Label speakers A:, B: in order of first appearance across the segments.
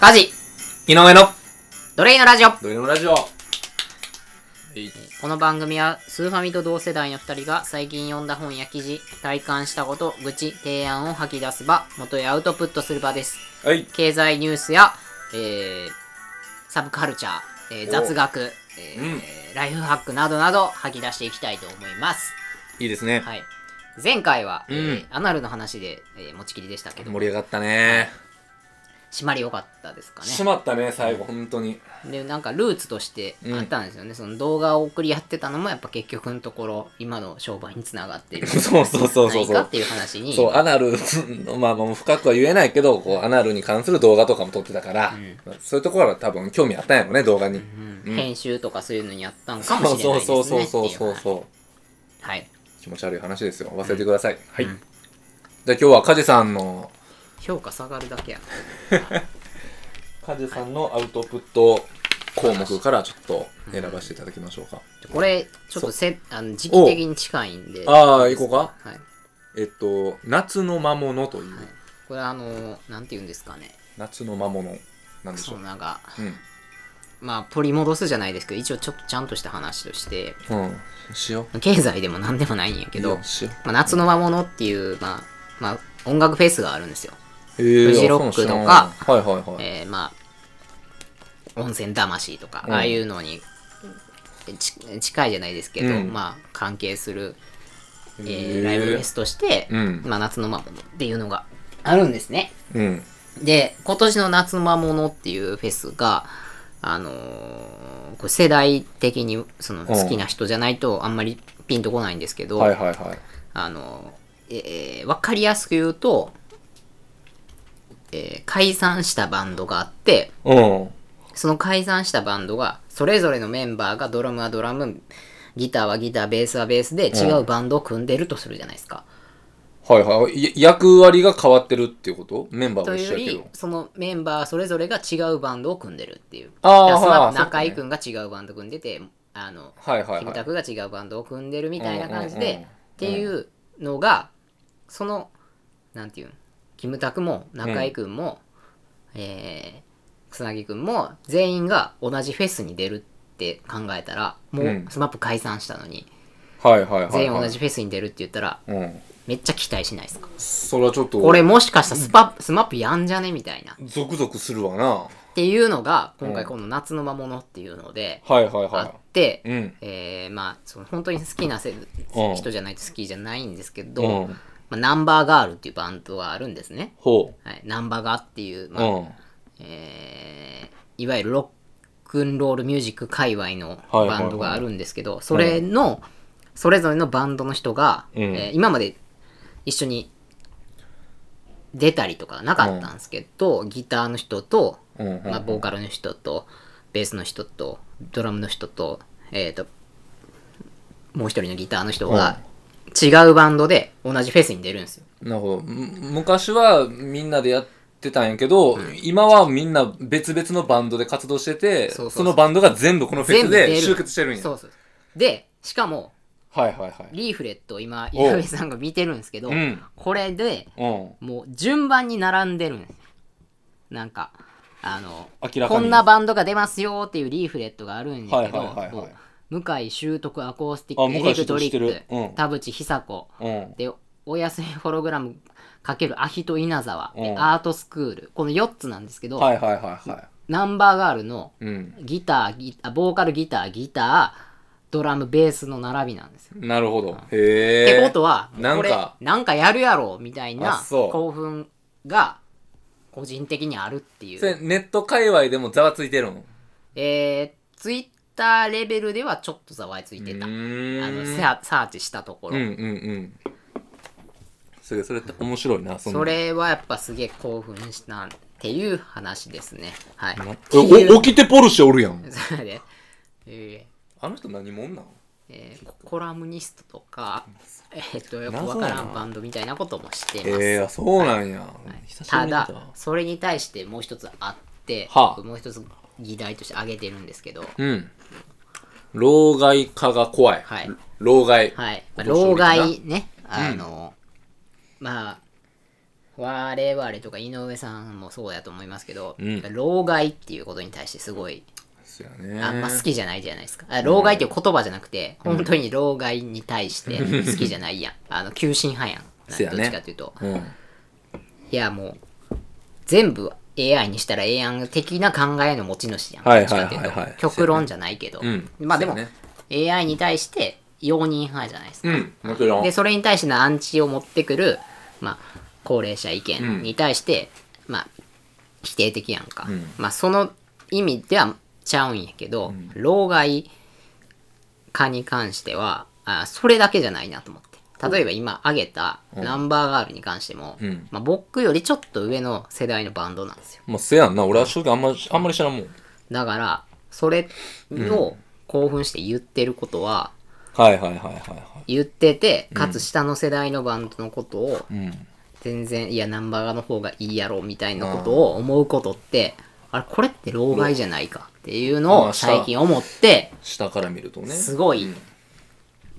A: 家事、
B: 井上の
A: 奴隷のラジオ。
B: ドリのラジオ
A: この番組は、スーファミと同世代の二人が最近読んだ本や記事、体感したこと、愚痴、提案を吐き出す場、元へアウトプットする場です。
B: はい
A: 経済ニュースや、えー、サブカルチャー、えー
B: お
A: 雑学、えー
B: うん
A: ライフハックなどなど吐き出していきたいと思います。
B: いいですね、
A: はい。前回は、えー
B: うん
A: アナルの話で、えー持ちきりでしたけど、
B: 盛り上がったね
A: 締まり良かったですかね。
B: まったね最後本当に
A: でなんかルーツとしてあったんですよね、その動画を送り合ってたのもやっぱ結局のところ今の商売につながっている
B: そうそうそうそう
A: ない
B: そ
A: か
B: う
A: っていう話に
B: そうアナル まあまあ深くは言えないけどこうアナルに関する動画とかも撮ってたから、そういうところは多分興味あったんやろね動画に、
A: うん
B: うん
A: 編集とかそういうのにやったんかも
B: そ
A: し
B: う
A: れ
B: そ
A: な
B: う
A: いですね
B: そうそう
A: って
B: そ
A: いうう
B: そう
A: 話
B: そ
A: はい、
B: 気持ち悪い話ですよ忘れてください、はい、
A: うん
B: じゃあ今日は梶さんの
A: 評価下がるだ けや
B: 梶さんのアウトプット項目からちょっと選ばせていただきましょうか、
A: これちょっとせあの時期的に近いんでは
B: ああ行こうか
A: い、
B: えっと「夏の魔物」という、
A: これあのなんて言うんですかね
B: 夏の魔物なんでし
A: そ
B: ょう
A: うなんか
B: うん、
A: まあ取り戻すじゃないですけど一応ちょっとちゃんとした話として
B: うん、しよう
A: 経済でも何でもないんやけど
B: いいよしよ
A: まあ、夏の魔物っていう、まあ、まあ、音楽フェスがあるんですよ。
B: うへー
A: フジロックとか
B: あそうなんはいはいはい、
A: えー、まあ、温泉魂とか、
B: うん
A: ああいうのに、ち近いじゃないですけど、
B: うん
A: まあ、関係する、え
B: へ
A: ー
B: ー
A: ライブフェスとして、
B: うん
A: まあ、夏の魔物っていうのがあるんですね。
B: うん
A: で、今年の夏の魔物っていうフェスが、あのーこれ世代的にその好きな人じゃないとあんまりピンとこないんですけど、
B: はいはいはい
A: あの、えー、わかりやすく言うと、えー解散したバンドがあって、
B: うん
A: その解散したバンドが、それぞれのメンバーがドラムはドラム、ギターはギター、ベースはベースで違うバンドを組んでるとするじゃないですか。
B: はいはいや役割が変わってるっていうことメンバー
A: と
B: は
A: い
B: 一
A: う
B: 緒
A: よ
B: やけ
A: り
B: ど、
A: そのメンバーそれぞれが違うバンドを組んでるっていう。
B: あー
A: だから
B: はい
A: その中
B: そう
A: 居
B: か
A: 君が違うバンド組んでて、あの、
B: はいはい
A: キ
B: は
A: ム
B: い
A: タクが違うバンドを組んでるみたいな感じ
B: うんうんうんうん
A: でっていうのがそのなんていうんキムタクも中居君も、えー草薙君も全員が同じフェスに出るって考えたらもう
B: うん
A: SMAP 解散したのに、
B: はいはいはい
A: 全員
B: はい
A: 同じフェスに出るって言ったら
B: うん
A: めっちゃ期待しないですか
B: それはちょっと
A: これもしかしたらスパ、スマップやんじゃねみたいなっ
B: ゾクゾクするわなは
A: ていうのが今
B: う
A: 回
B: ん
A: この「夏の魔物」っていうので
B: いはい
A: あ
B: は
A: って、
B: いうん
A: えーまあその本当に好きなせ
B: うん
A: 人じゃないと好きじゃないんですけど、
B: うん
A: まあ、ナンバーガールっていうバンドがあるんですね、
B: ほ
A: はい、ナンバーガーっていう、
B: う、
A: まあ
B: うん
A: えーいわゆるロックンロールミュージック界隈の
B: はいはいはい
A: バンドがあるんですけど、それのそれぞれのバンドの人が、
B: うん
A: えー今まで一緒に出たりとかなかったんですけど、ギターの人と
B: うんうん
A: まあ、ボーカルの人とベースの人とドラムの人と,、えー、ともう一人のギターの人が違うバンドで同じフェスに出るんですよ。
B: なるほどむ昔はみんなでやってたんやけど、今はみんな別々のバンドで活動してて
A: そうそうそう
B: のバンドが全部このフェスで集結してるんや
A: そうそうでしかも
B: はいはいはい
A: リーフレットを今
B: お
A: 井上さんが見てるんですけど、
B: うん
A: これで
B: うん
A: もう順番に並んでるんですなんかあの
B: 明らか
A: こ
B: に
A: んなバンドが出ますよっていうリーフレットがあるんやけど、
B: はいはいはいはい
A: もう向井修徳アコースティ
B: あ
A: ック
B: 向井
A: エレクトリ
B: 修徳知っ
A: ッ
B: て
A: ク、
B: るうん
A: 田淵久子
B: うん
A: で、お休みホログラム×アヒと稲沢、で
B: うん
A: アートスクール、この4つなんですけど、
B: はいはいはいは
A: ナンバーガールの
B: いうん
A: ギターギあ、ボーカルギター、ギター、ドラム、ベースの並びなんですよ。
B: なるほど
A: っ
B: へえ
A: てことは、
B: なん
A: こ
B: か
A: れ、なんかやるやろみたい
B: あ
A: な
B: そう
A: 興奮が、個人的にあるってい
B: それ
A: う。
B: ネット界隈でもざわついてるの
A: えー、ツイッターレベルではちょっとざわついうてた。あ
B: ーん
A: の、ササーチしたとこ
B: う
A: ろ。
B: んうんうんすげえそれって面白いなそんな
A: それはやっぱすげえ興奮したっていう話ですね。はい。
B: な
A: っていう
B: お起きてポルシェおるやん
A: それで、え
B: あの人何者なの
A: ーえーココラムニストとか、えーっと、よく
B: 謎
A: わ
B: やな
A: からんバンドみたいなこともしてます。
B: ええあそうなんや、
A: はい
B: 久しぶ
A: た
B: りに見
A: だ、それに対してもう一つあって、
B: はあ
A: 僕もう一つ議題として挙げてるんですけど、
B: うん。老害化が怖い。
A: はい
B: 老害。
A: はい。まあ
B: 今年
A: 老
B: よりかな
A: 害ね、あの、まあ、我々とか井上さんもそうやと思いますけど、
B: うん
A: 老害っていうことに対してすごい
B: ですよね。
A: あんま好きじゃないじゃないですか。あ老害っていう言葉じゃなくて、本当に老害に対して好きじゃないやん。あの、急進派やん。
B: せや
A: ど
B: ね
A: っちかというと。
B: うん。
A: いや、もう、全部 AI にしたらええやん的な考えの持ち主やん。
B: は
A: ど
B: い
A: っちかとうと
B: はいはいはい
A: 極論じゃないけど。
B: うん
A: まあでも、
B: そうや
A: AI に対して容認派じゃないですか。
B: うん。もちろん。
A: で、それに対してのアンチを持ってくる、まあ、高齢者意見に対して、まあ、否定的やんか。
B: うん
A: まあ、その意味ではちゃうんやけど、老害化に関しては、あそれだけじゃないなと思って。例えば今挙げたナンバーガールに関しても、
B: うん
A: まあ、僕よりちょっと上の世代のバンドなんですよ。
B: まあ、せやんな。俺は正直あんま、あんまり知らんもん。
A: だから、それを興奮して言ってることは、
B: はいはいはいはいは
A: 言ってて、かつ下の世代のバンドのことを
B: い。うん。
A: 全然いやナンバーガーの方がいいやろみたいなことを思うことってあれこれって老害じゃないかっていうの
B: ま
A: を
B: あした
A: 最近思って
B: 下から見るとね。
A: すごい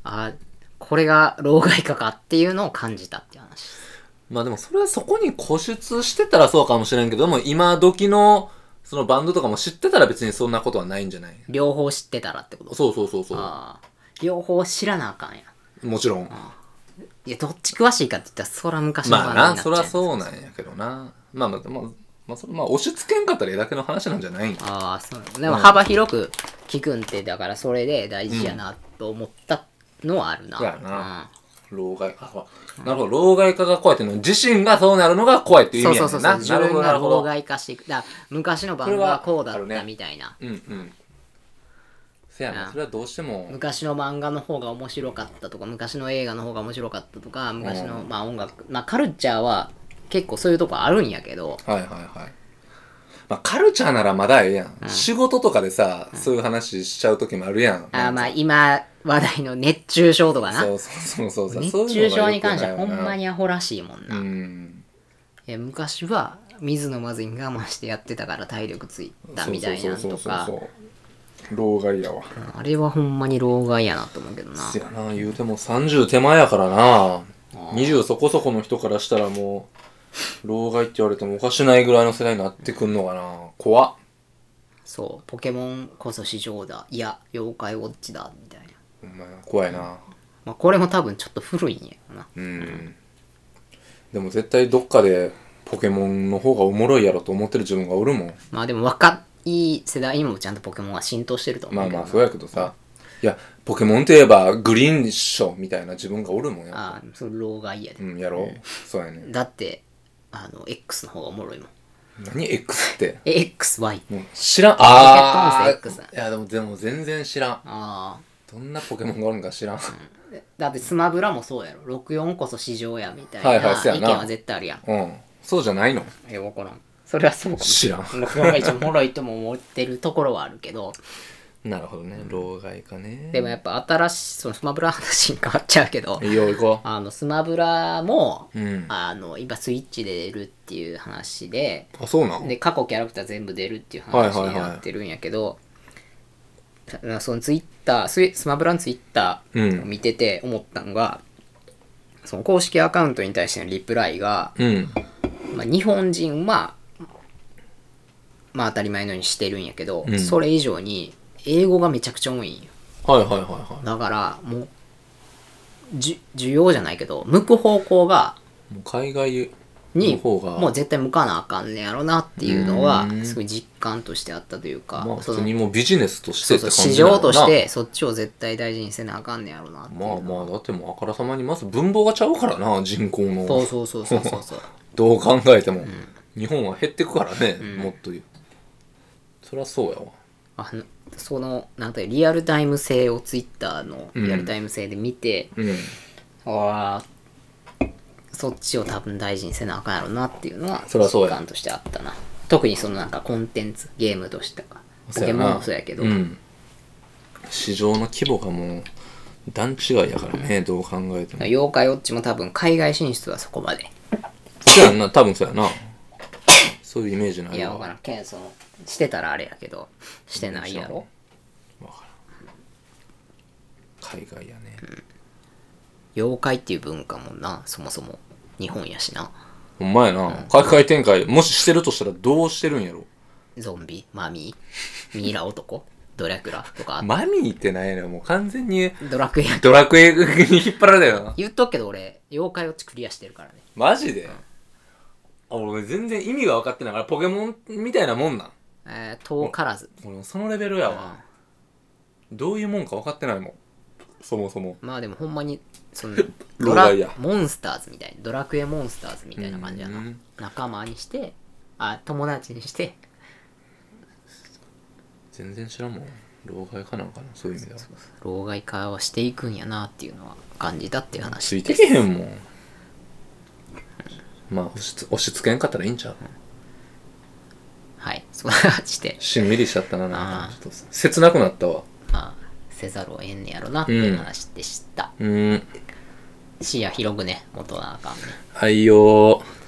A: あこれが老害かかっていうのを感じたっていう話です
B: まあでもそれはそこに固執してたらそうかもしれんけども、今時の、そのバンドとかも知ってたら別にそんなことはないんじゃない
A: 両方知ってたらってこと
B: そうそうそうそ
A: あー両方知らなあかんや
B: う。もちろん。
A: いやどっち詳しいかって言ったらそら昔の
B: ま
A: 話
B: あ
A: にな
B: な、
A: っちゃ
B: そうりゃそうなんやけどな。まあまあ、まあ、まあ、それまあ押し付けんかったらええだけの話なんじゃないんか。
A: ああそうでも幅広く聞くんってだからそれで大事やなと思ったのはあるな、
B: そうやな老害化。あなるほど、老害化が怖いっていうのは、自身がそうなるのが怖いっていう意
A: そう
B: 味
A: そ
B: や
A: うそう
B: ね
A: んそう自
B: な。なる
A: 分
B: ほど、な
A: が
B: るほ
A: 老
B: ど。
A: 害化していくだから昔のバンドはこうだったみたいな、
B: うんうん。せやな、それはどうしても。
A: 昔の漫画の方が面白かったとか昔の映画の方が面白かったとか昔の、まあ音楽まあカルチャーは結構そういうとこあるんやけど
B: はいはいはい。まあ、カルチャーならまだええやん。仕事とかでさ、そういう話しちゃう時もあるやん。
A: あーまあ今話題の熱中症とかな
B: そうそうそうそう。
A: 熱
B: そうい
A: 中
B: うのが
A: 症
B: 良
A: に
B: くな
A: 関
B: い
A: して
B: よ
A: は
B: な
A: ほんま。にアホらしいもん
B: う
A: な、
B: ん。
A: え昔は水飲まずに我慢してやってたから体力ついたみたいなんとか
B: そうそうそうそう。老害やわ。
A: あれはほんまに老害やなと思うけどな
B: せやな、言うても30手前やからな。20そこそこの人からしたらもう、老害って言われてもおかしないぐらいの世代になってくんのかな。怖っ。
A: そう、ポケモンこそ市場だ。いや、妖怪ウォッチだ。みたいな。
B: ほんまや怖いな。
A: まあ、これも多分ちょっと古いんやろな。
B: うん。でも絶対どっかで、ポケモンの方がおもろいやろと思ってる自分がおるもん。
A: まあでも若い世代にもちゃんとポケモンは浸透してると思
B: ま
A: う
B: あ
A: けど
B: ま
A: な。
B: あそうやけどさ、いや、ポケモンといえばグリーンっしょみたいな自分がおるもんや。
A: ああ、それ老害やで
B: う。ん、やろうそうやね。
A: だって、あの、X の方がおもろいもん。
B: 何 X って。
A: え、XY。
B: もう知らん。
A: ポケ
B: あ
A: ットモンスター
B: あ。いや、でも、でも全然知らん。
A: あ
B: どんなポケモンがおるんか知らん。
A: あ。だってスマブラもそうやろ。64こそ市場やみたい
B: は
A: ない
B: はいそう
A: 意
B: や
A: 見
B: な
A: は絶対あるやん。
B: うん。そうじゃないの
A: え、わからん。それはそうかもし
B: 知らん。
A: れん。64が一番おもろいとも思ってるところはあるけど。
B: なるほどね。老害かね。
A: でもやっぱ新しい、そのスマブラの話に変わっちゃうけど。
B: いいよ、行こ
A: あのスマブラも、
B: う。うん。あ、
A: あの今スイッチで出るっていう話で
B: そうなの
A: で過去キャラクター全部出るっていう
B: はい
A: 話
B: はいはい
A: になってるんやけど、たそのツイッタースイスマブラのツイッターを見てて思ったのが、その公式アカウントに対してのリプライが、
B: うん。
A: まあ、日本人は、まあ、当たり前のようにしてるんやけど、
B: うん
A: それ以上に英語がめちゃくちゃ多いんよ
B: はいはいはいは
A: だからもうじ需要じゃないけど向く方向が
B: い。もう海外の
A: に
B: 方が、
A: もう絶対向かなあかんねやろなっていうのは
B: うん
A: すごい実感としてあったというか、
B: まあ
A: その
B: 普通にもうビジネスとし
A: そ
B: て
A: う
B: って
A: そ
B: 感
A: う
B: じな
A: 市
B: ん
A: 場
B: やろな
A: としてそっちを絶対大事にせなあかんねやろなっていう
B: まあまあ、だってもうあからさまにまず文法がちゃうからな、人口の。
A: そうそうそうそうそうそう
B: どう考えても、日本は減ってくからね、もっと言うそりゃそうやわ
A: あのそのなんていうリアルタイム性をツイッターのリアルタイム性で見て、
B: うん
A: ああそっちを多分大事にせなあかんやろなっていうのは
B: そりゃそうや
A: 実感としてあったな特にそのなんかコンテンツゲームとしてとかポケモンもそうやけど、
B: ん、市場の規模がもう段違いやからねどう考えても
A: 妖怪ウォッチも多分海外進出はそこまで
B: そうやんな多分そうやなそういうイメージない
A: いやわからんけんそのしてたらあれやけどしてないやろ
B: わからん海外やね、
A: 妖怪っていう文化もなそもそも日本やしな
B: ほんまやな。各界展開、もししてるとしたらどうしてるんやろ。
A: ゾンビ、マミー、ミイラ 男、ドラクラとか、
B: マミーってなんやねん。もう完全に
A: ドラクエ。
B: ドラクエに引っ張られたよな。
A: 言っとくけど俺、妖怪ウォッチクリアしてるからね。
B: マジで、あ、俺全然意味が分かってないから、ポケモンみたいなもんなん。
A: えー、遠からず。
B: 俺もそのレベルやわ。どういうもんか分かってないもん。そもそも。
A: まあでもほんまに、その、ド
B: 老
A: ラ
B: 害や、
A: モンスターズみたいな、ドラクエモンスターズみたいな感じや
B: う。
A: なん仲間にして、あ、友達にして、
B: 全然知らんもん。老害かなんかな、そういう意味では。
A: 老害化をしていくんやなっていうのは感じたっていう話。
B: ついてけへんもん。まあ、押しつ押し付けんかったらいいんちゃう
A: はい。そうして、
B: しんみりしちゃったな、
A: あ
B: な
A: ー
B: んかちょっと切なくなったわ。
A: まあ、せざるを得んねやろなっていう話でした。
B: うーん。
A: 視野広くね、元なあかんね。
B: はいよー。